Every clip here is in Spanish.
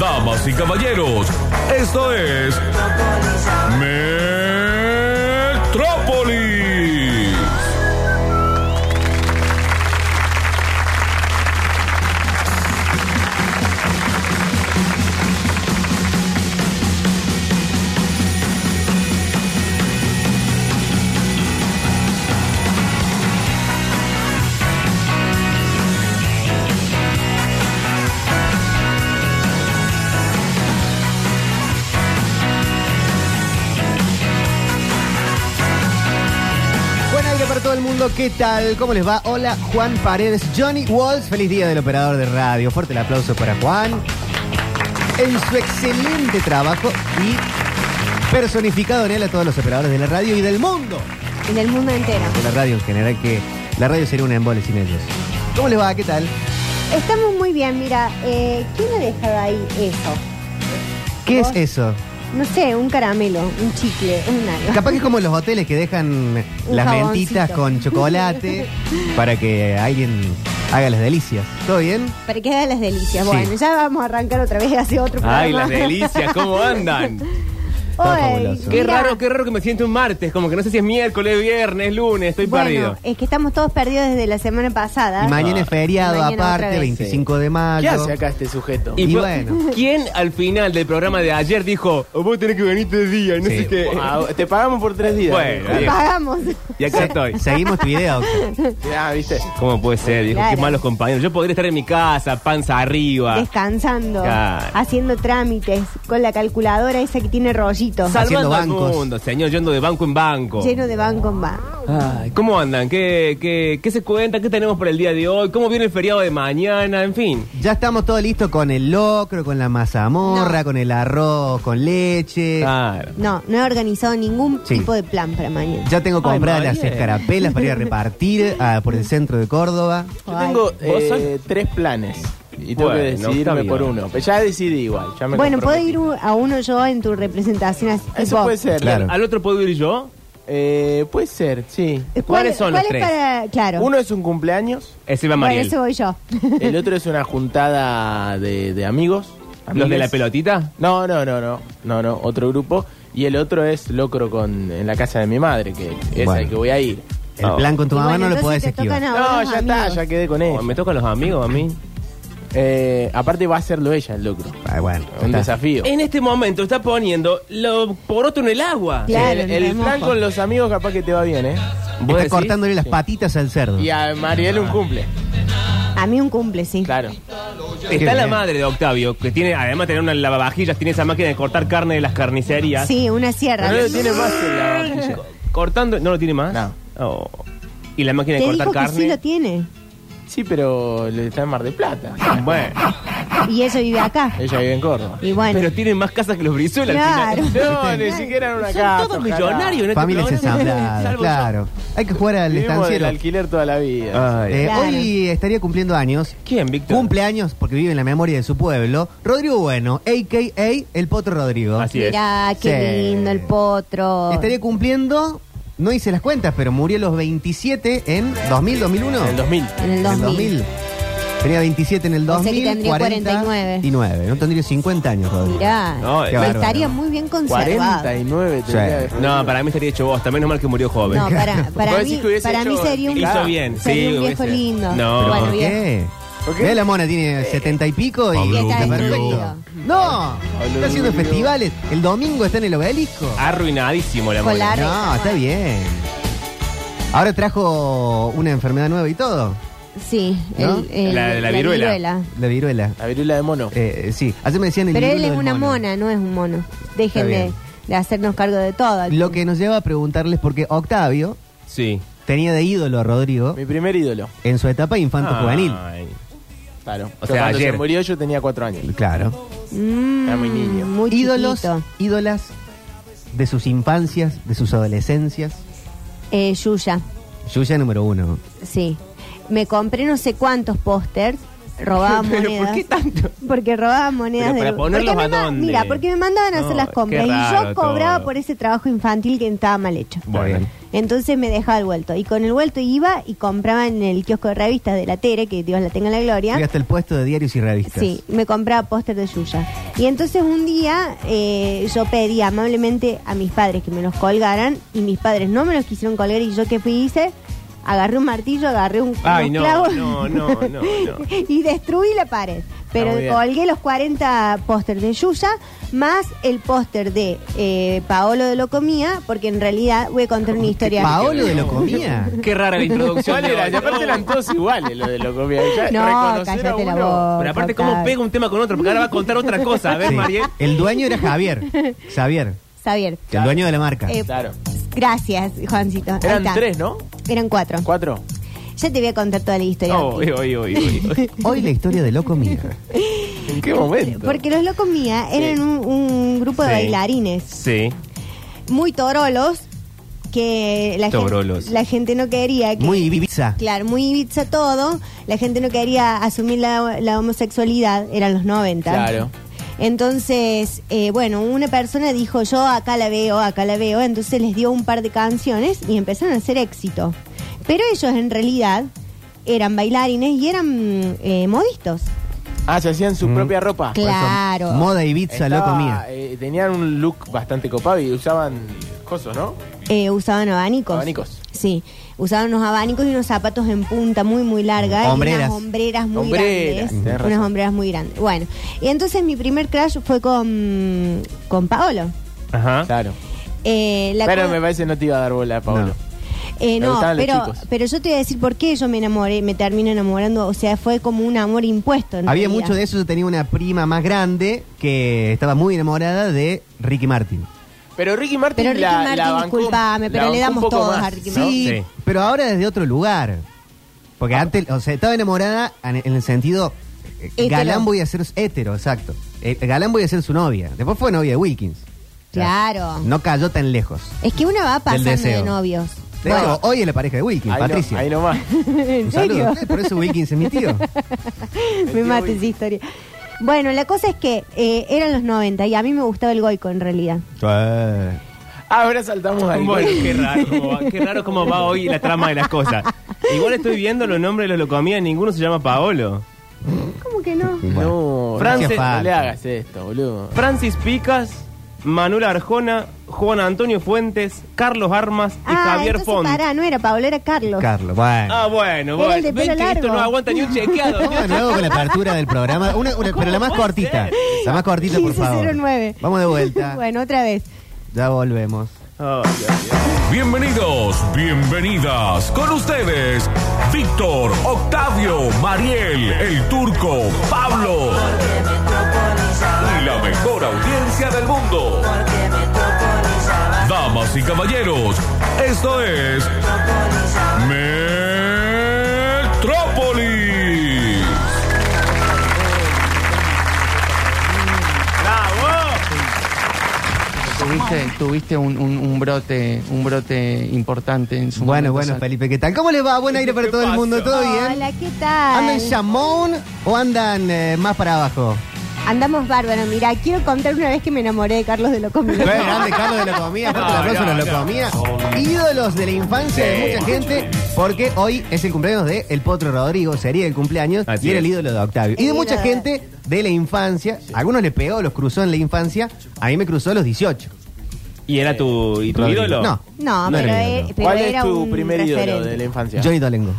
Damas y caballeros, esto es Metrópolis. Buen aire para todo el mundo, ¿qué tal? ¿Cómo les va? Hola, Juan Paredes, Johnny Walls, feliz día del operador de radio. Fuerte el aplauso para Juan en su excelente trabajo y personificado en él a todos los operadores de la radio y del mundo En el mundo entero. de la radio en general, que la radio sería un embole sin ellos. ¿Cómo les va? ¿Qué tal? Estamos muy bien, mira, eh, ¿quién ha dejado ahí eso? ¿Qué es ¿Vos? eso? No sé, un caramelo, un chicle, un algo. Capaz que es como los hoteles que dejan Un las jaboncito. mentitas con chocolate para que alguien haga las delicias. ¿Todo bien? Para que haga las delicias. Sí. Bueno, ya vamos a arrancar otra vez hacia otro programa. Ay, las delicias, ¿cómo andan? Está Oy, fabuloso. Qué mira. raro, qué raro que me siento un martes, como que no sé si es miércoles, viernes, lunes, estoy Bueno, perdido. es que estamos todos perdidos desde la semana pasada. Y mañana es feriado Mañana otra aparte, vez. 25 de mayo. ¿Qué hace acá este sujeto? y fue- bueno. ¿Quién al final del programa de ayer dijo, "Oh, vos tenés que venirte de día, no Sí. sé qué? Ah, te pagamos por tres días. Bueno, bien. Pagamos. Y acá estoy. Seguimos tu video. Ah, viste. ¿Cómo puede ser? Dijo, Claro. qué malos compañeros. Yo podría estar en mi casa, panza arriba. Descansando, Ah. Claro. haciendo trámites con la calculadora esa que tiene rollito, Haciendo Salvando al bancos. mundo, señor, yendo de banco en banco. lleno de banco en banco. Ay, ¿Cómo andan? ¿Qué, qué, ¿Qué se cuenta? ¿Qué tenemos por el día de hoy? ¿Cómo viene el feriado de mañana? En fin. Ya estamos todos listos con el locro, con la mazamorra, con el arroz, con leche. Claro. No, no he organizado ningún Sí. tipo de plan para mañana. Ya tengo Ay, compradas las María. escarapelas para ir a repartir ah, por el centro de Córdoba. Yo Ay. tengo eh, sos- tres planes. Y tengo Bueno, que está decidirme bien. por uno. Pero ya decidí igual. Ya me Bueno, ¿puedo comprometí. ir un- a uno yo en tu representación? Así, Eso tipo, puede ser. Claro. ¿Al otro puedo ir yo? Eh, puede ser, sí. ¿cuál- ¿Cuáles son los cuál es tres? para- claro. Uno es un cumpleaños, Ese va bueno, Mariel. ese voy yo. el otro es una juntada de, de amigos. ¿Los de la amigues. pelotita? No, no, no, no, no, no, otro grupo. Y el otro es locro con en la casa de mi madre, que es Bueno. al que voy a ir. El Ah. plan con tu Y mamá bueno, no lo entonces podés te esquivar. tocan a No, otros ya está, amigos. ya quedé con Oh, ella. me tocan los amigos a mí. Eh, aparte va a hacerlo ella, el locro. Ah, bueno, Un está. desafío. Eh, En este momento está poniendo lo poroto en el agua. Claro, el nos el vemos. plan con los amigos capaz que te va bien, ¿eh? ¿Vos Está decís? cortándole las patitas al cerdo. Y a Mariel un cumple. A mí un cumple, sí. Claro. Qué Está la bien. madre de Octavio, que tiene, además de tener una lavavajillas, tiene esa máquina de cortar carne de las carnicerías. Sí, una sierra. Pero no lo tiene más en la vajilla. Cortando, ¿no lo tiene más? No. Oh. Y la máquina Te de dijo cortar que sí carne. lo tiene. Sí, pero le está en Mar del Plata. bueno, Y ella vive acá. Ella vive en Córdoba. Y bueno. pero tiene más casas que los brizuelas al Claro. final. No, ni siquiera en una casa. Son todos ojalá. millonarios en este Familias programa. ensambladas, Salvo claro. Hay que jugar al Vivimos del estanciero. alquiler toda la yo. vida. Ay. Eh, Claro. Hoy estaría cumpliendo años. ¿Quién, Víctor? Cumpleaños, porque vive en la memoria de su pueblo. Rodrigo Bueno, a.k.a. el Potro Rodrigo. Así es. Mirá, qué Sí. lindo el potro. Estaría cumpliendo, no hice las cuentas, pero murió a los 27 en 2000, 2001. En el 2000. En el En 2000. Tenía 27 en el O sea 2000. que tendría 49. Y 9. No tendría 50 años, Rodrigo. Mirá. No, Qué eh, bárbaro. estaría muy bien conservado. 49 tendría Sí. que- No, para mí estaría hecho vos. También es mal que murió joven. No, para, para Vos mí, decís que hubiese para hecho- mí sería un, Hizo Claro. bien, sería sí. un viejo hubiese- lindo. No. Bueno, ¿Por bien. qué? ¿Por qué? Ve, la mona tiene 70 y pico y, Y está perfecto. destruido. No, está haciendo festivales. El domingo está en el obelisco. Ah, Arruinadísimo la Con la mona. Claro. No, está bien. Ahora trajo una enfermedad nueva y todo. Sí, ¿No? el- el- La- la viruela. La viruela. La viruela de mono. Eh, sí, ayer me decían el Ah. Pero él virulo es del una mono. mona, no es un mono. Dejen Está de, bien. de hacernos cargo de todo. Lo que nos lleva a preguntarles porque Octavio Sí. tenía de ídolo a Rodrigo Mi primer ídolo. en su etapa Ah. infanto-juvenil. Ay. Claro. O sea, cuando ayer. se murió yo tenía cuatro años. Claro. Mm, Era muy niño. muy Ídolos, chiquito. ídolas de sus infancias, de sus adolescencias. Eh, Yuya, Yuya número uno. sí. Me compré no sé cuántos pósters robaba Pero, monedas. ¿por qué tanto? Porque robaba monedas Pero para de ponerlos porque a me ma- dónde. Mira, porque me mandaban a No, hacer las qué compras y yo raro cobraba todo. por ese trabajo infantil que estaba mal hecho. Bueno. Entonces me dejaba el vuelto. Y con el vuelto iba y compraba en el kiosco de revistas de la Tere, que Dios la tenga en la gloria. Llegaste al puesto de diarios y revistas. Sí, me compraba póster de Yuya. Y entonces un día eh, yo pedí amablemente a mis padres que me los colgaran y mis padres no me los quisieron colgar y yo qué fui hice, agarré un martillo, agarré un Ay, unos no, clavos no, no, no, no. y destruí la pared. Pero Está muy bien. colgué los 40 pósters de Yuya más el póster de eh, Paolo de Locomía porque en realidad voy a contar una historia. Paolo de lo comía. Qué rara la introducción. ¿Cuál de era? hoy. Y aparte eran todos iguales lo de lo comía. Ya No, reconocer a cállate la uno- boca. Pero aparte, ¿cómo Octavio. pega un tema con otro? Porque ahora va a contar otra cosa. A ver, Sí. Mariel. El dueño era Javier. Xavier. Xavier. El dueño de la marca. Eh, Claro. Gracias, Juancito. Ahí Eran está. tres, ¿no? Eran cuatro. ¿Cuatro? Ya te voy a contar toda la historia. Oy, oy, oy, oy, oy. Hoy la historia de lo comía. ¿En qué momento? Porque los Locos Mía eran un, un grupo de Sí. bailarines Sí. muy torolos que la, Torolos. Gente, la gente no quería que... Muy Ibiza. Claro, muy Ibiza todo. La gente no quería asumir la, la homosexualidad. Eran los 90. Claro. Entonces, eh, bueno, una persona dijo, yo acá la veo, acá la veo. Entonces les dio un par de canciones y empezaron a hacer éxito. Pero ellos en realidad eran bailarines y eran eh, modistas. Ah, se hacían Mm. su propia ropa. Por eso, Claro. Moda Ibiza, lo Estaba, comía. eh, tenían un look bastante copado y usaban cosas, ¿no? Eh, usaban abanicos. Abanicos. Sí. Usaban unos abanicos y unos zapatos en punta muy, muy larga. Hombreras. Y unas hombreras muy Hombreras, tenés grandes. Unas razón. hombreras muy grandes. Bueno, y entonces mi primer crash fue con, con Paolo. Ajá. Claro. Eh, la Pero cosa- me parece no te iba a dar bola, Pablo. No. Eh, Me no, gustaban los pero, chicos. pero yo te voy a decir por qué yo me enamoré, me termino enamorando. O sea, fue como un amor impuesto. en Había realidad. mucho de eso. Yo tenía una prima más grande que estaba muy enamorada de Ricky Martin. Pero Ricky Martin Pero Ricky la, Martin, la bancó, disculpame, pero la le bancó damos un poco todos más, a Ricky ¿no? Sí, Sí. pero ahora desde otro lugar. Ah. Porque antes, o sea, estaba enamorada en, en el sentido. eh, Hétero. Galán voy a ser hétero, exacto. Eh, Galán voy a ser su novia. Después fue novia de Wilkins. O sea, Claro. No cayó tan lejos. Es que una va pasando de deseo. novios. De hecho, hoy es la pareja de Wilkins, Ahí, Patricia. No, ahí nomás. ¿En Un saludo. serio? Eh, Por eso Wilkins es mi tío. me mata esa historia. Bueno, la cosa es que eh, eran los 90 y a mí me gustaba el goico en realidad. Ahora saltamos al Bueno, qué raro, cómo va- qué raro cómo va hoy la trama de las cosas. Igual estoy viendo los nombres de los locomías, ninguno se llama Paolo. ¿Cómo que no? No, Frances- no, falta. le hagas esto, boludo. Francis Picas, Manuel Arjona, Juan Antonio Fuentes, Carlos Armas y Ah, Javier entonces Font. pará, no era Pablo, era Carlos. Carlos, bueno. Ah, bueno, Era el de bueno. Ven pelo que esto largo. no aguanta ni un chequeado. Vamos de nuevo con la apertura del programa. Una- una- pero la más cortita. La más cortita, por favor. 1509. Vamos de vuelta. bueno, otra vez. Ya volvemos. Ay, ay, ay. Bienvenidos, bienvenidas. Con ustedes, Víctor, Octavio, Mariel, el turco, Pablo. Y la mejor audiencia del mundo. Damas y caballeros, esto es. Metrópolis. Tuviste, tuviste un, un- un brote, un brote importante en su Bueno, momento. bueno, Santi. Felipe, ¿qué tal? ¿Cómo les va? Buen aire para ¿Qué todo el pasó? mundo, ¿todo bien? Hola, ¿qué tal? ¿Andan chamón o andan eh, más para abajo? Andamos bárbaro, mira, quiero contar una vez que me enamoré de Carlos de Locomía. Fue grande Carlos de la comida, aparte el aplauso de la comida. Ídolos de la infancia de mucha gente, porque hoy es el cumpleaños de El Potro Rodrigo, sería el cumpleaños, Así y era el es. ídolo de Octavio. Y de El mucha ídolo de- gente de la infancia, algunos le pegó, los cruzó en la infancia, a mí me cruzó a los 18. ¿Y era tu, y tu Rodrigo. ídolo? No. No, No pero, era mi era, ídolo. pero ¿Cuál era es tu un primer ídolo referente. de la infancia? Johnny Dolengo.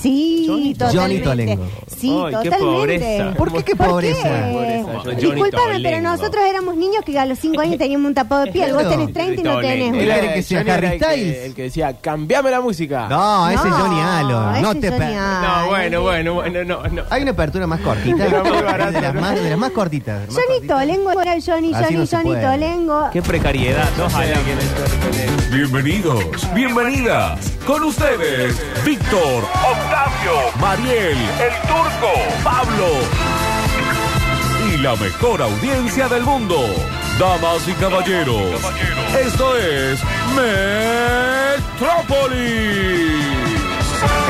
Sí, totalmente. Johnny Tolengo. Sí, Ay, qué totalmente. pobreza. ¿Por qué qué ¿Por pobreza? qué? Pobreza, Johnny Disculpame, Tolengo. pero nosotros éramos niños que a los 5 años teníamos un tapado de piel. Vos Claro. tenés 30 y no tenés. Tolengo. Él uno. quiere que sea Johnny era Harry el que- Styles. El que decía, cambiame la música. No, ese es Ah. No, Johnny Allen. No ese te es Johnny pe- Allen. No, bueno, bueno, bueno, no, no. Hay una apertura más cortita. Era muy de, barata. las más, de las más cortitas. de las más Johnny cortitas. Tolengo era Johnny, Así Johnny, no se Johnny puede. Tolengo. Qué precariedad. No, ojalá que Bienvenidos, bienvenidas. Con ustedes, Víctor, Octavio, Mariel, el turco, Pablo. Y la mejor audiencia del mundo. Damas y caballeros, esto es Metrópolis.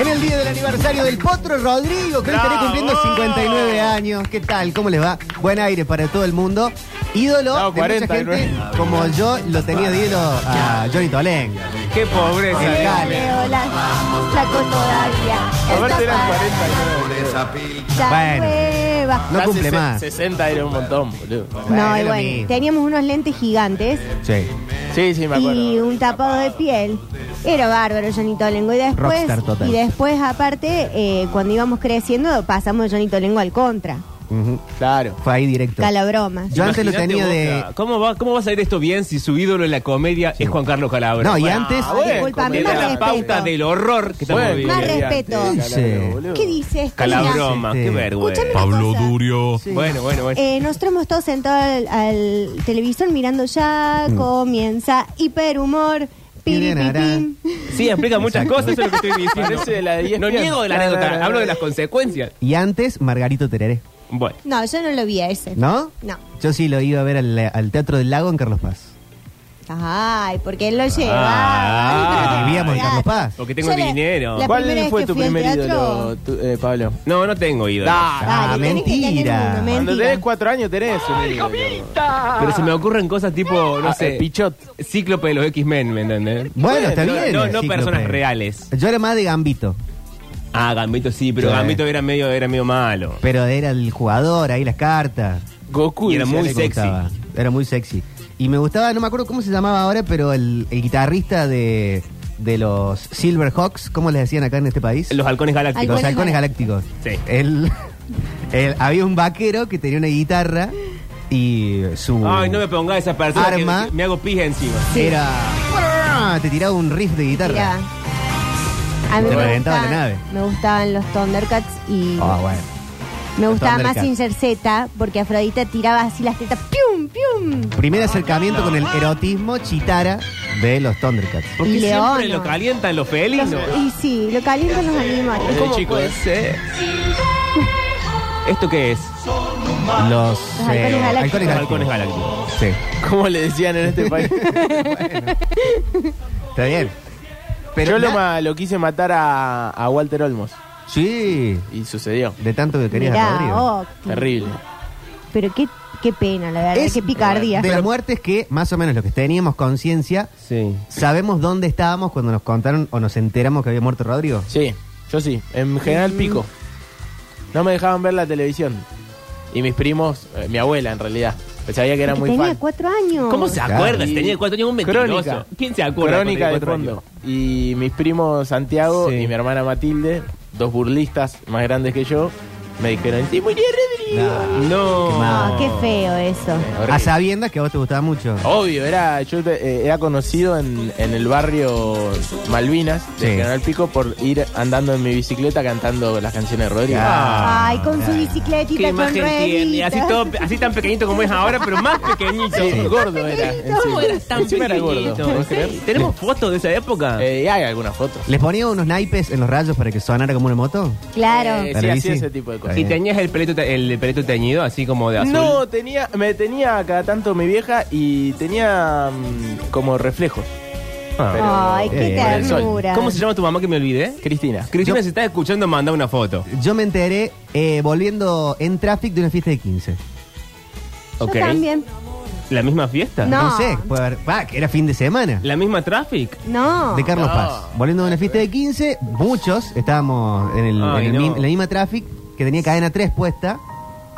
En el día del aniversario del Potro Rodrigo, que hoy estaré ¡Bravo! cumpliendo 59 años. ¿Qué tal? ¿Cómo les va? Buen aire para todo el mundo. Ídolo No, de mucha 49. gente, como yo lo tenía de ídolo a Johnny Eh, Toleng. Qué pobreza. El Dios Cali. mío. Leo, la flaco todavía. Roberto Esta era 40 ya Bueno. hueva. No Ya cumple sesen- más. 60 era un montón, boludo. No, y es lo bueno, mismo. Eh, teníamos unos lentes gigantes Sí. Sí, sí, me y acuerdo. un tapado de piel. Era bárbaro Johnny Tolengo. Y después, Rockstar total. y después aparte, eh, cuando íbamos creciendo, pasamos de Johnny Tolengo al contra. Ujú. Claro. Fue ahí directo. Calabromas. Yo antes lo Imaginate tenía vos, de. la- ¿Cómo va, ¿Cómo va a salir esto bien si su ídolo en la comedia es Juan Carlos Calabro? No, y Bueno, antes. Ah, bueno, Disculpa, me comedia. más da la respeto. pauta del horror que estamos Bueno, viviendo. Más comediante, respeto. Calabro, Sí. boludo. ¿Qué dices? Calabroma, Sí. qué vergüenza. Escúchame. Pablo cosa. Durio. Bueno, bueno, bueno. Eh, nosotros hemos todos sentados al, al televisor mirando ya, Mm. comienza hiperhumor, piripipim. Sí, explica muchas cosas, eso es lo que estoy diciendo. Parece de la de ESPN. no niego de la anécdota, hablo de las consecuencias. Y antes, Margarito Tereré. Bueno. No, yo no lo vi a ese. ¿No? No. Yo sí lo iba a ver al, al Teatro del Lago en Carlos Paz. Ay, porque él lo lleva. Ah, vivíamos en Carlos Paz. Porque tengo dinero. La ¿Cuál fue tu primer ídolo, ídolo? tu- eh, Pablo? No, no tengo ídolo. Ah, mentira. Cuando tenés cuatro años tenés un ídolo. Pero se me ocurren cosas tipo, no Ah, sé, eh, Pichot. Cíclope de los X-Men, ¿me entendés? Bueno, está no, bien. no, no Cíclope. personas reales. Yo era más de Gambito, Ah, Gambito sí, pero Sí. Gambito era medio, era medio malo. pero era el jugador, ahí las cartas. Goku. Y era dice muy Alex. Me sexy. gustaba, Era muy sexy. Y me gustaba, no me acuerdo cómo se llamaba ahora, pero el, el guitarrista de, de los Silverhawks, ¿cómo les decían acá en este país? Los halcones galácticos. Los halcones galácticos. Sí. El, el- había un vaquero que tenía una guitarra y su... Ay, no me pongas esa persona que- Arma. que me hago pija encima. Era... Te tiraba un riff de guitarra. Mirá. A mí Te me, reventaba la gustaban- nave. me gustaban los Thundercats y Ah, bueno. me los gustaba más Thundercats. Singer Z porque Afrodita tiraba así las tetas. ¡Pium, pium! Primer acercamiento con el erotismo chitara de los Thundercats. Porque Leono. siempre lo calientan los felinos. Y sí, lo calientan los animales. ¿Cómo puede ser? ¿Esto qué es? Los eh, Los halcones galácticos. halcones Los halcones galácticos. Sí. ¿Cómo le decían en este país? Está bien. Pero Yo lo, na- ma- lo quise matar a, a Walter Olmos. Sí. Y sucedió. De tanto que querías a Mirá, Rodrigo. oh, Terrible. pero qué, qué pena, la verdad, Es qué picardía. De las muertes que, más o menos, los que teníamos conciencia, Sí. sabemos dónde estábamos cuando nos contaron o nos enteramos que había muerto Rodrigo. Sí, yo sí. En general Mm. pico. No me dejaban ver la televisión. Y mis primos, eh, mi abuela en realidad. Pues sabía que era Porque muy tenía fan. cuatro años. ¿Cómo se Claro. acuerda? Si tenía cuatro años, un mentiroso. Crónica. ¿Quién se acuerda? Crónica de cuando tenía fondo. cuatro Y mis primos Santiago Sí. y mi hermana Matilde, dos burlistas más grandes que yo, me dijeron, sí, murió Rodrigo. años? No. No, Ah, qué feo eso. Horrible. A sabiendas que a vos te gustaba mucho. Obvio, era, yo eh, era conocido en, en el barrio Malvinas de Sí. General Pico por ir andando en mi bicicleta cantando las canciones de Rodrigo. Ah. Ay, con su bicicletita, Qué con imagen tiene. rueditas. Así, todo, así tan pequeñito como es ahora, pero más pequeñito. Sí, gordo era. ¿Cómo encima. eras tan Encima era gordo. pequeñito? ¿podés creer? ¿Tenemos fotos de esa época? Eh, y hay algunas fotos. ¿Les ponía unos naipes en los rayos para que sonara como una moto? Claro. Eh, Para sí, la hacía bici. ese tipo de cosas. ¿Y Está bien. tenías el pelito, te- el pelito teñido, así como de azul? No, tenía, me tenía cada tanto mi vieja y tenía mm, como reflejos. Ah. Ay, Pero- qué Eh, por el sol. ternura. ¿Cómo se llama tu mamá que me olvidé? Cristina. Cristina, se está escuchando, manda una foto. Yo me enteré eh, volviendo en tráfico de una fiesta de 15. Yo Ok. también. ¿La misma fiesta? No. sé, puede haber. va, que era fin de semana. ¿La misma traffic? No. de Ah. Carlos Paz. Volviendo de una fiesta de 15, muchos estábamos en, el, Ay, en el no. mi- en la misma traffic que tenía cadena 3 puesta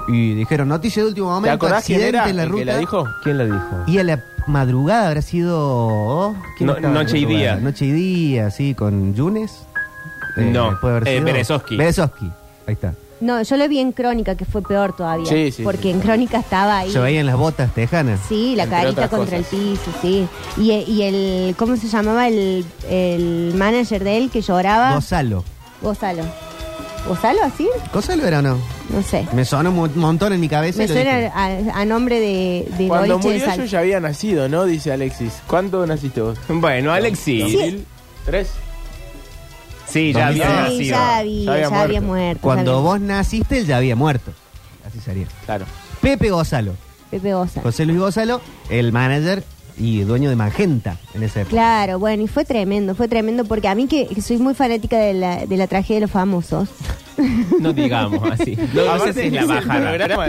y dijeron noticia de último ¿Te momento, acordás quién accidente era en la el que ruta. la dijo? ¿Quién la dijo? Y a la madrugada habrá sido oh, ¿quién No- estaba en Noche y madrugada? Día. Noche y día, sí, con Yunes. No, puede haber eh, sido- Berezovsky. Berezovsky. Ahí está. No, yo lo vi en Crónica, que fue peor todavía. Sí, sí, Porque sí. en Crónica estaba ahí. Se veían las botas tejanas. Sí, la Entre carita otras contra el cosas. piso, sí. Y, eh, y el, ¿cómo se llamaba el, el manager de él que lloraba? Gonzalo. Gonzalo. ¿Gonzalo así? ¿Gonzalo era o no? No sé. Me sonó un mo- montón en mi cabeza. Me y lo suena dije. a, a nombre de, de Cuando boliche de murió yo Sal- ya había nacido, ¿no? Dice Alexis. ¿Cuándo naciste vos? Bueno, Alexis. Sí, ¿Tres? ya había ya Sí, nacido. ya había, ya Ya había, había muerto. muerto. ya Cuando había- vos naciste, él ya había muerto. Así sería. Claro. Pepe Gonzalo. Pepe Gonzalo. José Luis Gonzalo, el manager y dueño de Magenta en esa época. Claro, bueno, y fue tremendo, fue tremendo porque a mí que, que soy muy fanática de la, de la tragedia de los famosos. No digamos así. No, no sé si es la bajada.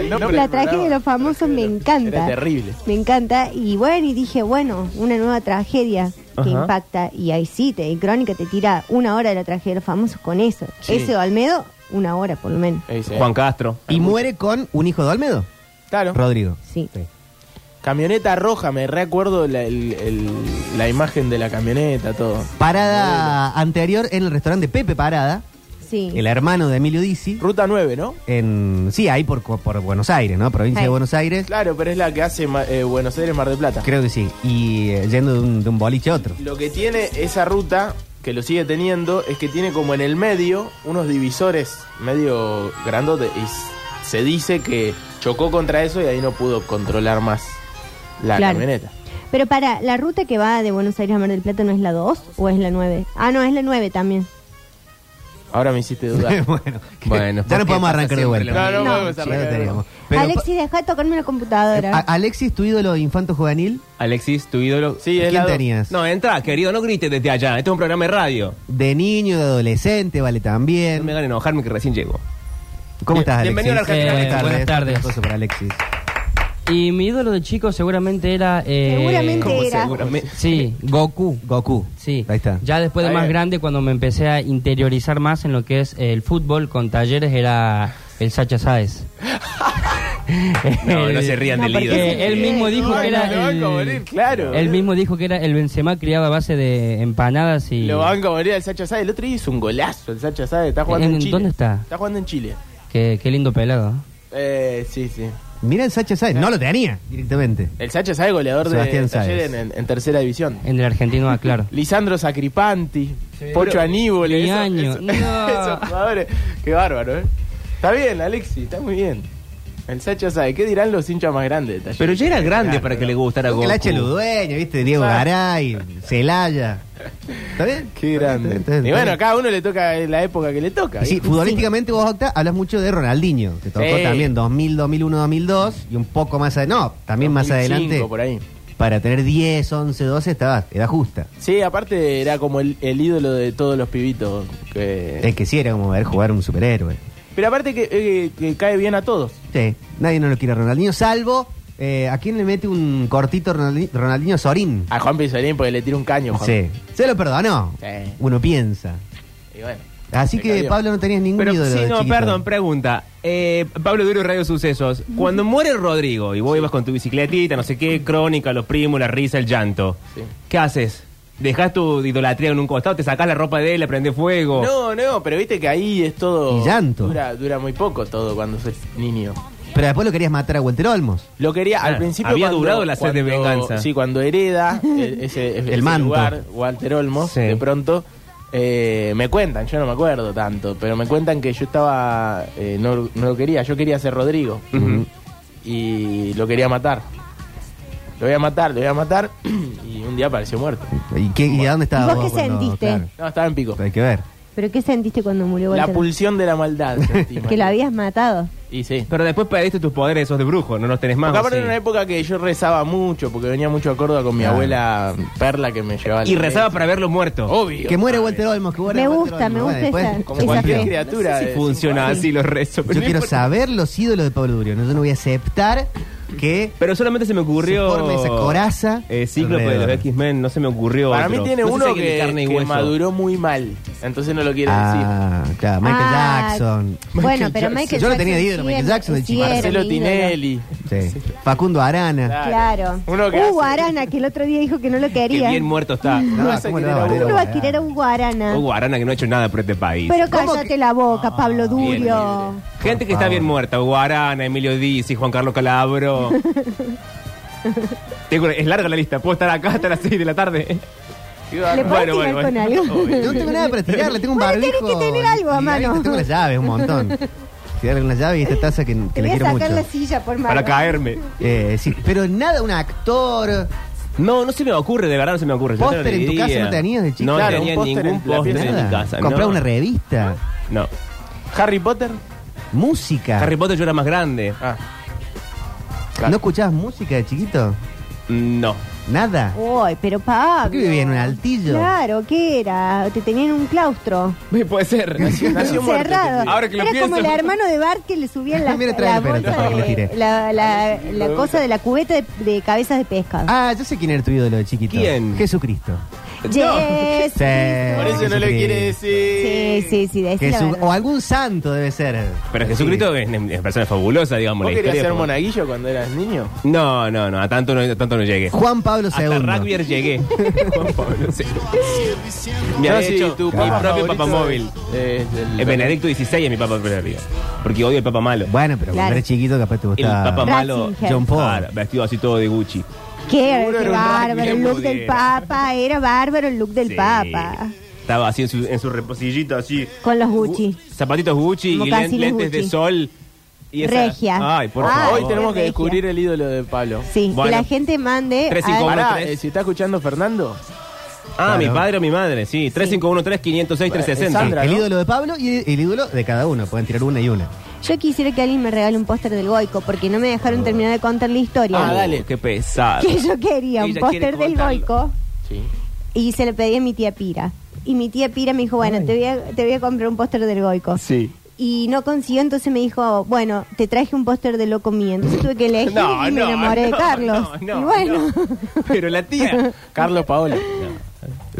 nombre la tragedia de del programa. los famosos me Era encanta. terrible. Me encanta. Y bueno, y dije, bueno, una nueva tragedia que Ajá. impacta. Y ahí sí, te, y Crónica te tira una hora de la tragedia de los famosos con eso. Sí. Eh, Ese Olmedo, una hora por lo menos. Ahí se- Juan Castro. Y muere con un hijo de Olmedo, Claro. Rodrigo. Sí. Camioneta roja, me recuerdo la, el- el- la imagen de la camioneta, todo. Parada anterior en el restaurante Pepe Parada, Sí. el hermano de Emilio Dizzi, Ruta 9, ¿no? en, sí, ahí por, por Buenos Aires, ¿no? Provincia Sí. de Buenos Aires. Claro, pero es la que hace Ma- eh, Buenos Aires Mar del Plata. Creo que sí. Y eh, yendo de un, de un boliche a otro. Lo que tiene esa ruta, que lo sigue teniendo, es que tiene como en el medio unos divisores medio grandotes. Y s- se dice que chocó contra eso y ahí no pudo controlar más la Claro. camioneta. Pero para, ¿la ruta que va de Buenos Aires a Mar del Plata no es la 2 o es la 9? Ah, no, es la 9 también. Ahora me hiciste dudar. bueno, que- Bueno, ya ¿por no podemos qué pasa arrancar de siempre vuelta. lo no, no, No. vamos a Ya lo arrancar. teníamos. Pero pa- Eh, Alexis, deja de tocarme la computadora. a- Alexis, tu ídolo infanto juvenil, Alexis, tu ídolo. Sí, es ¿quién la dos. tenías? No, entra, querido, no grites desde allá. Este es un programa de radio. De niño, de adolescente, vale No me también. hagan enojarme que recién llego. ¿Cómo estás, Alexis? Bienvenido a la Argentina. Buenas Eh, tardes. buenas tardes. Un aplauso para Alexis. Y mi ídolo de chico seguramente era. eh, Seguramente era. Seguramente. Sí, Goku. Goku. Sí. Ahí está. Ya después de Ahí más es. grande, cuando me empecé a interiorizar más en lo que es el fútbol con talleres, era el Sacha Sáez. No, no se rían No, del porque- ídolo. Eh, Que él mismo dijo No, que no, era. lo banco a el- morir, claro. Él mismo dijo que era el Benzema criado a base de empanadas y. Lo van a morir al Sacha Sáez. El otro día hizo un golazo el Sacha Sáez. Está jugando en, ¿En- Chile. dónde está? Está jugando en Chile. Qué, qué lindo pelado. Eh, sí, sí. Mira el Sacha Sáez. No lo tenía directamente. El Sacha Sáez, goleador Sebastián de Talleres Sáez. en, en- en tercera división. En el argentino, ah, claro. Lisandro Sacripanti, Pocho Pero- Aníbal, Ni esos, año. esos- No. esos jugadores. Qué bárbaro, ¿eh? Está bien, Alexi, está muy bien. El Sacha sabe, ¿qué dirán los hinchas más grandes de Talleres? Pero ya era grande para que le gustara Porque el Goku. H. Ludueña, ¿viste? Diego Claro. Garay, Celaya. ¿Está bien? Qué Está grande. bien, está bien, y está bueno, a bien. cada uno le toca la época que le toca. Sí, ¿viste? futbolísticamente vos, Octa, hablas mucho de Ronaldinho, que tocó Sí. también 2000, 2001, 2002 y un poco más adelante. No, también más 2005 adelante. por ahí. Para tener 10, 11, 12 estaba, era justa. Sí, aparte era como el, el ídolo de todos los pibitos. que- Es que sí, era como ver jugar un superhéroe. Pero aparte que, eh, que cae bien a todos. Sí, nadie no lo quiere a Ronaldinho, salvo eh, a quién le mete un cortito Ronaldi- Ronaldinho Sorín. A Juan Pizorín porque le tira un caño, Juan. Sí, se lo perdonó. Sí. Uno piensa. Y bueno. Así Se que cayó. Pablo no tenías ningún Pero ídolo. sí, de no, chiquito. perdón, pregunta. Eh, Pablo Duro y Radio Sucesos. Cuando muere Rodrigo y vos ibas con tu bicicletita, no sé qué, crónica, los primos, la risa, el llanto, Sí. ¿qué haces? ¿Dejas tu idolatría en un costado? ¿Te sacás la ropa de él, le prende fuego? No, no, pero viste que ahí es todo. Y llanto. Dura, dura muy poco todo cuando sos niño. Pero después lo querías matar a Walter Olmos. Lo quería, al Ah, principio. había cuando- durado la sed de cuando- venganza. Sí, cuando hereda eh, ese, El ese manto. lugar, Walter Olmos, Sí. de pronto. eh, me cuentan, yo no me acuerdo tanto, pero me cuentan que yo estaba. eh, no, no lo quería, yo quería ser Rodrigo. Y lo quería matar. Lo voy a matar, lo voy a matar. y un día apareció muerto. ¿Y, qué, y a dónde ¿Y estabas vos vos? qué sentiste? No, estaba en pico. hay que ver. ¿Pero qué sentiste cuando murió La Walter? pulsión de la maldad. sentí, que lo María. habías matado. Y sí. Pero después perdiste tus poderes esos de brujo, no los tenés más. Porque ¿o aparte sí? Ah. era una época que yo rezaba mucho, porque venía mucho a Córdoba con mi Claro. abuela Perla que me llevaba. a la Y rezaba iglesia. para verlo muerto. Obvio. Que muere Obvio. Walter Olmos, que muere Me Walter gusta, Olmos. me Bueno, gusta después, esa- Como ¿cómo cualquier cumplió? criatura. No sé si de funciona cinco años. así los rezos. pero Yo no quiero importa. saber los ídolos de Pablo Durio. No, yo no voy a aceptar que Pero solamente se me ocurrió. Se forma esa coraza Eh, Cíclope de los alrededor. X-Men, no se me ocurrió. Para otro. mí tiene No sé si uno hay que, carne y que hueso. maduró muy mal. Entonces no lo quiere Ah, claro, Michael Ah, Jackson. Bueno, pero Michael Yo lo Jackson. tenía de ídolo, sí Michael era- Jackson, el sí chico. decir. era Marcelo mi ídolo. Tinelli. Sí. Facundo Arana. Claro. Uno que Hugo hace- Arana, que el otro día dijo que no lo Que quería. bien muerto está. No, vas a ¿cómo le querer va a a valer uno. ¿Cómo a lo va a querer a Hugo Arana? Hugo Arana que no ha hecho nada por este país. Pero cállate la boca, Pablo Bien, Durio. bien, bien. Gente que está bien muerta. Guarana, Emilio Dizzi, Juan Carlos Calabro. Tengo- es larga la lista. Puedo estar acá hasta las 6 de la tarde. eh, Qué bárbaro. ¿Le puedo Bueno, tirar bueno, con bueno. No algo? tengo nada para tirarle, tengo un Bueno, tenés barbijo. que tener algo a y ahí mano. Tengo las llaves, un montón. Tirarle una llave y esta taza que, que Te le voy a quiero sacar mucho. la silla por mano. Para caerme. Eh, sí, pero nada, un actor. No, no se me ocurre, de verdad no se me ocurre. Yo ¿Póster te lo en tu casa diría. no tenías de chico? No Claro, tenía un póster ningún en la póster en, pieza. mi casa. Nada. Comprar no. una revista. No. Harry Potter. Música. Harry Potter yo era más grande. Ah. ¿No escuchabas música de chiquito? Mm, No. Nada. Uy, pero Pablo. ¿Por qué vivía en un altillo? Claro, ¿qué era? Te tenían un claustro. Puede ser. Nació, nació muerto. cerrado. este Ahora que lo era pienso. como el hermano de Bart que le subían la, Mira, trae la, la pelota bolsa para que de- le tire. la, la- la cosa de la cubeta de, de cabezas de pescado. Ah, yo sé quién era tu ídolo de chiquito. ¿Quién? Jesucristo. Yes, Sí. Por eso no Jesucristo. le quiere decir. Sí, sí, sí, decí la Jesu- verdad. o algún santo debe ser. Pero Sí. Jesucristo es es una persona fabulosa, digamos. ¿Vos la querías historia, ser porque- monaguillo cuando eras niño? No, no, no, a tanto no, a tanto no llegué. Juan Pablo II. Hasta Rugby llegué. Juan Pablo, sí. Me Yo había sí, hecho tu mi papa propio favorito papá móvil. es- es el- El Benedicto XVI es mi papá preferido. Porque odio el papá malo. Bueno, pero Claro. cuando eres chiquito capaz te El gustaba. papá malo. Ratzinger. John Paul. Claro, vestido así todo de Gucci. Qué, Seguro qué era un bárbaro, el look del pudiera. Papa, era bárbaro el look del Sí. Papa. Estaba así en su, en su reposillito, así. Con los Gucci. Gu- Zapatitos Gucci y Mocasines len- lentes de Gucci. sol. Y esa- Regia. Ay, por Ah, favor. Hoy tenemos que Regia. descubrir el ídolo de Pablo. Sí, Bueno. que la gente mande. Tres y a- cobra. Pará, tres. eh, si está escuchando Fernando, Claro. Ah, mi padre o mi madre, sí. 3513-506-360. Sandra, El ¿no? ídolo de Pablo y el ídolo de cada uno. Pueden tirar una y una. Yo quisiera que alguien me regale un póster del Goico porque no me dejaron terminar de contar la historia. Ah, dale. Qué pesado. Que yo quería un Ella quiere póster del contarlo. Goico. sí. Y se lo pedí a mi tía Pira. Y mi tía Pira me dijo, bueno, te voy, a, te voy a comprar un póster del Goico. Sí. Y no consiguió, entonces me dijo, bueno, te traje un póster de loco mío. Entonces tuve que elegir y me enamoré de no, Carlos. no, no, y bueno, no. Pero la tía. Carlos Paolo.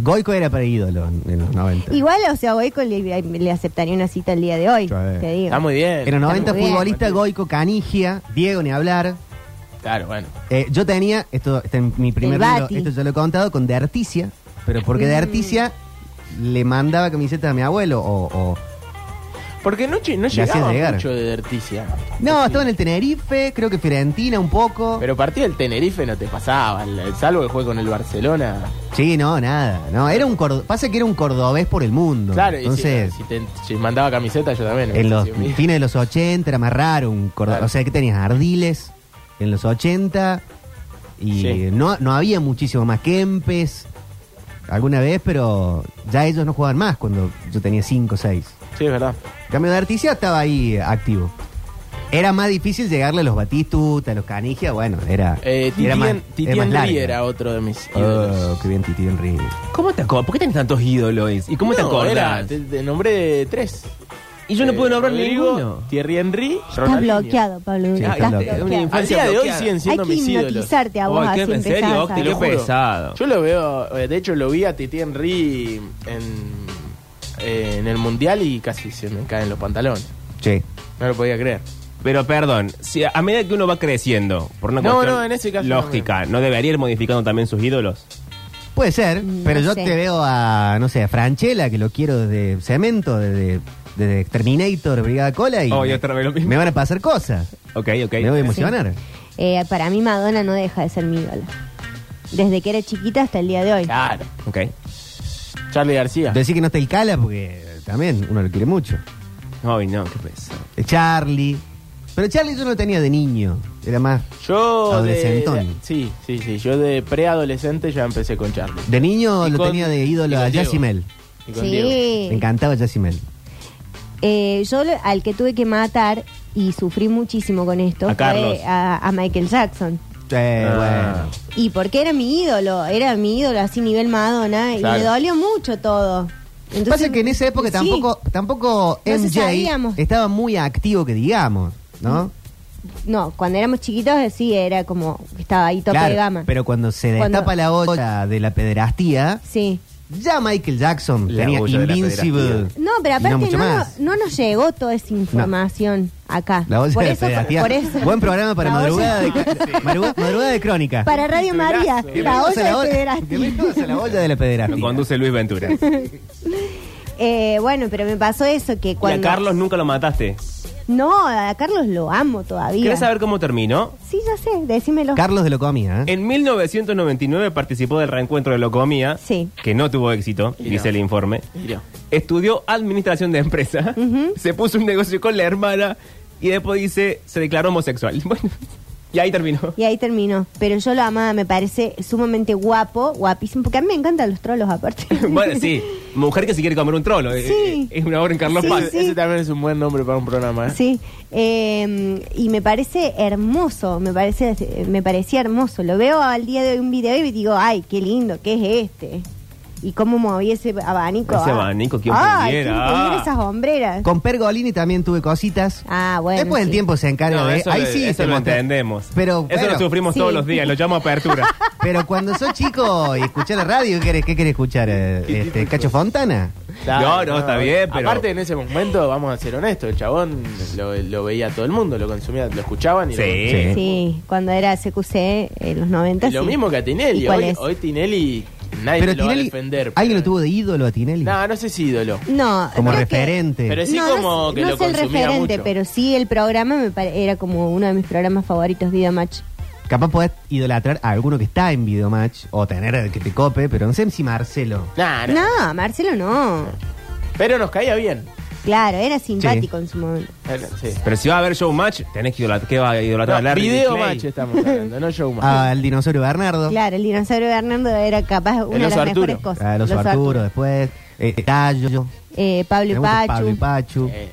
Goico era para ídolo en, en los 90. igual, o sea, Goico le, le aceptaría una cita el día de hoy. Sí. Te digo. Está muy bien. En los 90 Está muy futbolista, Goico, Canigia, Diego, ni hablar. Claro, bueno. Eh, yo tenía, esto está en mi primer El libro, Bati. Mm. esto ya lo he contado, con De Articia, pero porque De Articia le mandaba camisetas a mi abuelo o... o- Porque no, che- no Le hacía llegaba llegar. mucho de Derticia. No, estaba en el Tenerife, creo que Fiorentina un poco. Pero partido del Tenerife no te pasaba, el- salvo el juego con el Barcelona. Sí, no, nada. No, era un cordo- pasa que era un cordobés por el mundo. Claro, y si- Entonces, si, te si mandaba camiseta yo también. en los Sí, mi- fines de los 80 era más raro un cordobés. Claro. O sea, que tenías ardiles en los 80 y Sí. no, no había muchísimo más Kempes alguna vez, pero ya ellos no jugaban más cuando yo tenía 5 o 6. Sí, es verdad. Cambio de Articia estaba ahí activo. Era más difícil llegarle a los Batistuta, a los Canigia, bueno, era, Eh, era más, Titien, Titien era más larga. Ri era otro de mis Oh, ídolos. qué bien Titi Henry. ¿Cómo te acordás? ¿Por qué tenés tantos ídolos? ¿Y cómo te No, acordás? era- te, te nombré tres. Y yo no Eh, puedo nombrar Rodrigo, ninguno. Thierry Henry, Estás Ronaldinho. bloqueado, Pablo. Sí, estás estás bloqueado. bloqueado. Una Al día de hoy bloqueada. siguen Hay siendo que mis ídolos. hipnotizarte a vos Ay, qué- así ¿en empezás serio, a- Octi? Qué Lo juro. pesado. Yo lo veo, eh, de hecho lo vi a Titi Henry en, eh, en el mundial y casi se me caen los pantalones. Che. No lo podía creer. Pero perdón, si a a medida que uno va creciendo, por una No, cuestión no, en ese caso lógica, ¿no debería ir modificando también sus ídolos? Puede ser, No pero yo sé. te veo a, no sé, a Franchella, que lo quiero desde Cemento, desde, desde Terminator, Brigada Cola, y Oh, y me, otra vez lo mismo. me van a pasar cosas. Ok, ok. Me voy a emocionar. Eh, para mí Madonna no deja de ser mi ídolo. Desde que era chiquita hasta el día de hoy. Claro. Ok. Charlie García. Decir que no está el Cala, porque también uno lo quiere mucho. Ay, no, qué pesado. Eh, Charlie. Pero Charlie yo no lo tenía de niño, era más... Yo de, Adolescentón. de- sí, sí, sí. Yo de preadolescente ya empecé con Charlie. De niño Y lo con- tenía de y ídolo con a Diego. Yacimel. Y con Diego. Sí. Me encantaba Yacimel. Eh, yo lo- al que tuve que matar y sufrí muchísimo con esto A fue Carlos. a- a Michael Jackson. Eh, Ah. bueno. Y porque era mi ídolo, era mi ídolo así nivel Madonna y Claro. me dolió mucho todo. Entonces, Pasa que en esa época sí, tampoco, tampoco No se MJ sabíamos. estaba muy activo, que digamos, ¿no? No, cuando éramos chiquitos eh, sí era como que estaba ahí tope Claro, de gama. Pero cuando se Cuando- destapa la olla de la pederastía, Sí. ya Michael Jackson La tenía olla de la Invincible. pederastía. No, pero y aparte mucho no, no, más. no nos llegó toda esa información acá. La olla por de la eso, pederastía. por eso. Buen programa para La olla- madrugada de, madruga- madrugada de crónica. Para Radio María, la Bienvenidos a olla de olla- pederastía. bienvenidos a la olla de la Lo pederastía. conduce Luis Ventura. Eh, bueno, pero me pasó eso que y a cuando... Carlos nunca lo mataste. No, a Carlos lo amo todavía. ¿Querés saber cómo terminó? Sí, ya sé, decímelo. Carlos de lo comía, ¿eh? En 1999 participó del reencuentro de Locomía, Sí. que no tuvo éxito, Y dice no. el informe. Mirá. Estudió administración de empresa, se puso un negocio con la hermana y después dice, se declaró homosexual. Bueno, y ahí terminó. Y ahí terminó. Pero yo lo amaba, me parece sumamente guapo, guapísimo, porque a mí me encantan los trolos aparte. Bueno, sí. Mujer que se quiere comer un trolo. eh, Sí. eh, Es una obra en Carlos Sí, Paz. sí. Ese también es un buen nombre para un programa, ¿eh? Sí, eh, y me parece hermoso, me parece, me parecía hermoso. Lo veo al día de hoy un video y digo, ay, qué lindo, qué es este. Y cómo movía ese abanico. Ese ah. abanico, ¿quién ay, pudiera? ¿quién pudiera Ah. esas hombreras? Con Pergolini también tuve cositas. Eh. Ah, bueno, Después el sí. tiempo se encarga No, de. eso Ahí lo- sí eso te lo monta- entendemos. Pero, eso bueno, lo sufrimos todos sí. los días, lo llamo apertura. pero cuando sos chico y escuchás la radio, ¿qué querés, qué querés escuchar? eh, este, ¿Cacho Fontana? No, no, está bien, pero- Aparte, en ese momento, vamos a ser honestos, el chabón lo, lo veía todo el mundo, lo consumía, lo escuchaban y lo Sí. consumían. Sí. Sí, cuando era CQC en eh, los 90. Y Lo sí. mismo que a ¿Y Tinelli. cuál Hoy, es? hoy Tinelli nadie pero lo va a defender. ¿Alguien lo pero- tuvo de ídolo a Tinelli? No, no sé si ídolo. No, Como creo que- referente. Pero sí no, como no, que no lo es el consumía referente, mucho. pero sí el programa me pare- era como uno de mis programas favoritos, Vida Match. Capaz podés idolatrar a alguno que está en Videomatch o tener al que te cope, pero no sé si Marcelo. Nah, nah. No, Marcelo no. Pero nos caía bien. Claro, era simpático en su momento. Era- Sí. Pero si va a haber showmatch, tenés que idolatrar. ¿Qué va a idolatrar? No, Larry video Clay? match estamos hablando, no show match. Al dinosaurio Bernardo. Claro, el dinosaurio Bernardo era capaz una El de oso las mejores Arturo. cosas. A los El oso Arturo, después. eh, Tallo. Eh, Pablo y Tenemos a Pachu. Pablo y Pachu. Eh,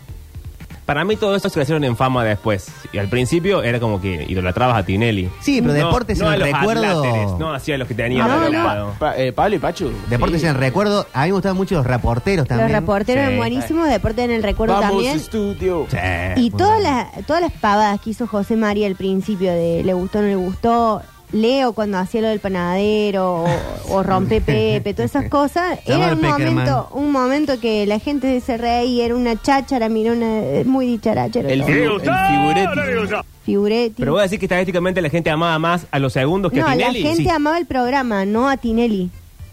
Para mí todo eso crecieron en fama después. Y al principio era como que idolatrabas a Tinelli. Sí, pero deportes no, en no el a los recuerdo. atláteres, no hacía los que tenían No, al no. lado. Pa- eh, Pablo y Pachu. Deportes sí. en el recuerdo. A mí me gustaban mucho los reporteros también. Los reporteros Sí. eran buenísimos, Deporte en el Recuerdo Vamos también. estudio. Sí, Y Eh, muy todas bueno. las, todas las pavadas que hizo José María al principio de le gustó o no le gustó, Leo cuando hacía lo del panadero o, o rompe Pepe, todas esas cosas, Llamar era un Peckerman. momento, un momento que la gente se reía, era una cháchara, miró una muy dicharachera, El, todo. figu- el figuretti. Figuretti. Pero voy a decir que estadísticamente la gente amaba más a los segundos que no, a la Tinelli. gente Sí. amaba el programa, no a Tinelli.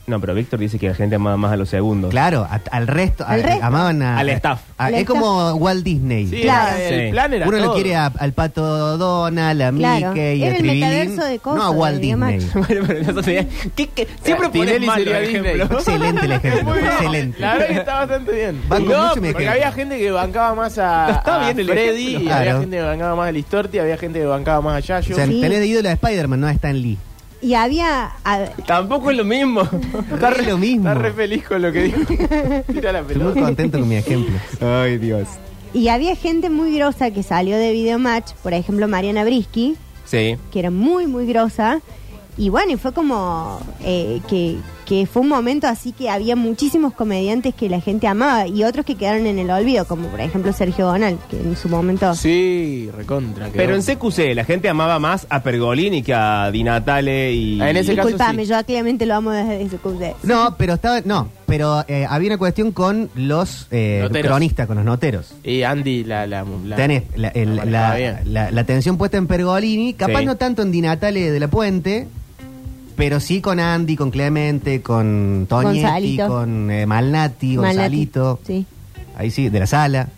No, pero Víctor dice que la gente amaba más a los segundos. Claro, a- al resto. Al a- resto. Amaban a- Al staff. a- Al es staff. como Walt Disney. Sí, Claro. era- el Sí. plan era Uno lo todo. quiere a- al pato Donald, a Claro. Mickey y Era a el Tribilín. metaverso de cosas, No a Walt de Videomatch. Disney. Bueno, pero eso sería- ¿Qué- qué? Siempre Tinelli pones mal sería los Disney. ejemplos. Excelente el ejemplo. Muy bien. excelente. La verdad que está bastante bien. Va con no, mucho me porque quedo. había gente que bancaba más a, Está a bien el Freddy, ejemplo. y Claro. había gente que bancaba más a Listorti, había gente que bancaba más a Yayo. O sea, Sí. tenés de ídolo a Spider-Man, no a Stan Lee. Y había a- Tampoco es lo mismo. Está re lo mismo. está re feliz con lo que dijo. Tira la Estoy muy pelota. contento con mi ejemplo. Ay, Dios. y había gente muy grosa que salió de Videomatch, por ejemplo Mariana Brisky, Sí. que era muy, muy grosa. Y bueno, y fue como eh, que, que fue un momento así que había muchísimos comediantes que la gente amaba y otros que quedaron en el olvido, como por ejemplo Sergio Bonal, que en su momento... Sí, recontra. quedó. Pero en CQC la gente amaba más a Pergolini que a Di Natale y... Ah, en ese caso Disculpame, sí. yo a Clemente lo amo desde su club de- No, pero estaba, no, pero eh, había una cuestión con los eh, Noteros. cronistas, con los noteros. Y Andy, la. la, la- Tenés la, el- la manejaba la- bien. la- la atención puesta en Pergolini, capaz Sí. no tanto en Di Natale de la Puente, pero sí con Andy, con Clemente, con Toñetti, Gonzalito. con eh, Malnati, Malati. Gonzalito, Sí. ahí sí, de la sala,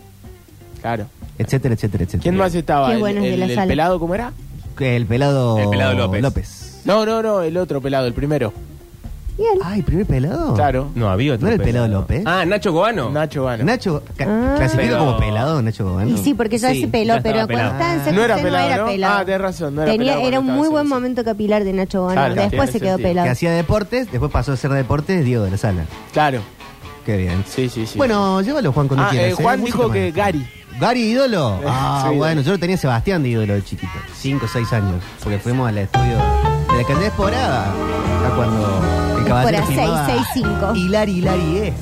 Claro. etcétera, etcétera, etcétera. ¿Quién más estaba? Qué ¿El, bueno es de el- la el sala. pelado cómo era? El pelado, El pelado López. No, no, no, el otro pelado, el primero. Y Ah, él. Ay, primer pelado. Claro. No, había otro No era el pelado López. Ah, Nacho Cobano. Nacho Gano. Nacho, ca- Ah. clasifica Pero- como pelado, Nacho Bobano. Y sí, porque ya Sí, se peló, ya estaba pero pelado. cuando estaba en Ah. CQC No era pelado, ¿no? pelado. Ah, tenés razón, no era Tenía- pelado cuando Era un estaba muy en buen CQC. momento capilar de Nacho Bonal. Claro, Después tiene se quedó sentido. que pelado. hacía deportes, después pasó a ser deportes Diego de la Sala. Claro. Qué bien. Sí, sí, sí. Bueno, llévalo Juan cuando Ah, quieras. eh, ¿eh? Juan Música dijo más. que Gary. Gary ídolo. Ah, Sí, bueno, yo lo tenía Sebastián de ídolo de chiquito. Cinco o seis años. Porque fuimos al estudio de la cantidad esporada. Acá cuando el caballero Espora, seis, filmaba seis, cinco. Hilari, Hilari, eh.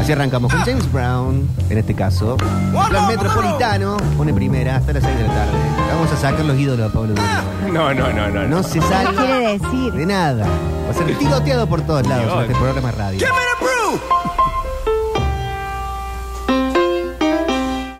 Así arrancamos con James Brown, en este caso. Plan Metropolitano, pone primera hasta las 6 de la tarde. Vamos a sacar los ídolos a Pablo Durio. No, no, no, no. No se ¿Qué salga quiere decir? de nada. Va a ser tiroteado por todos lados en este programa de radio. Give me the proof.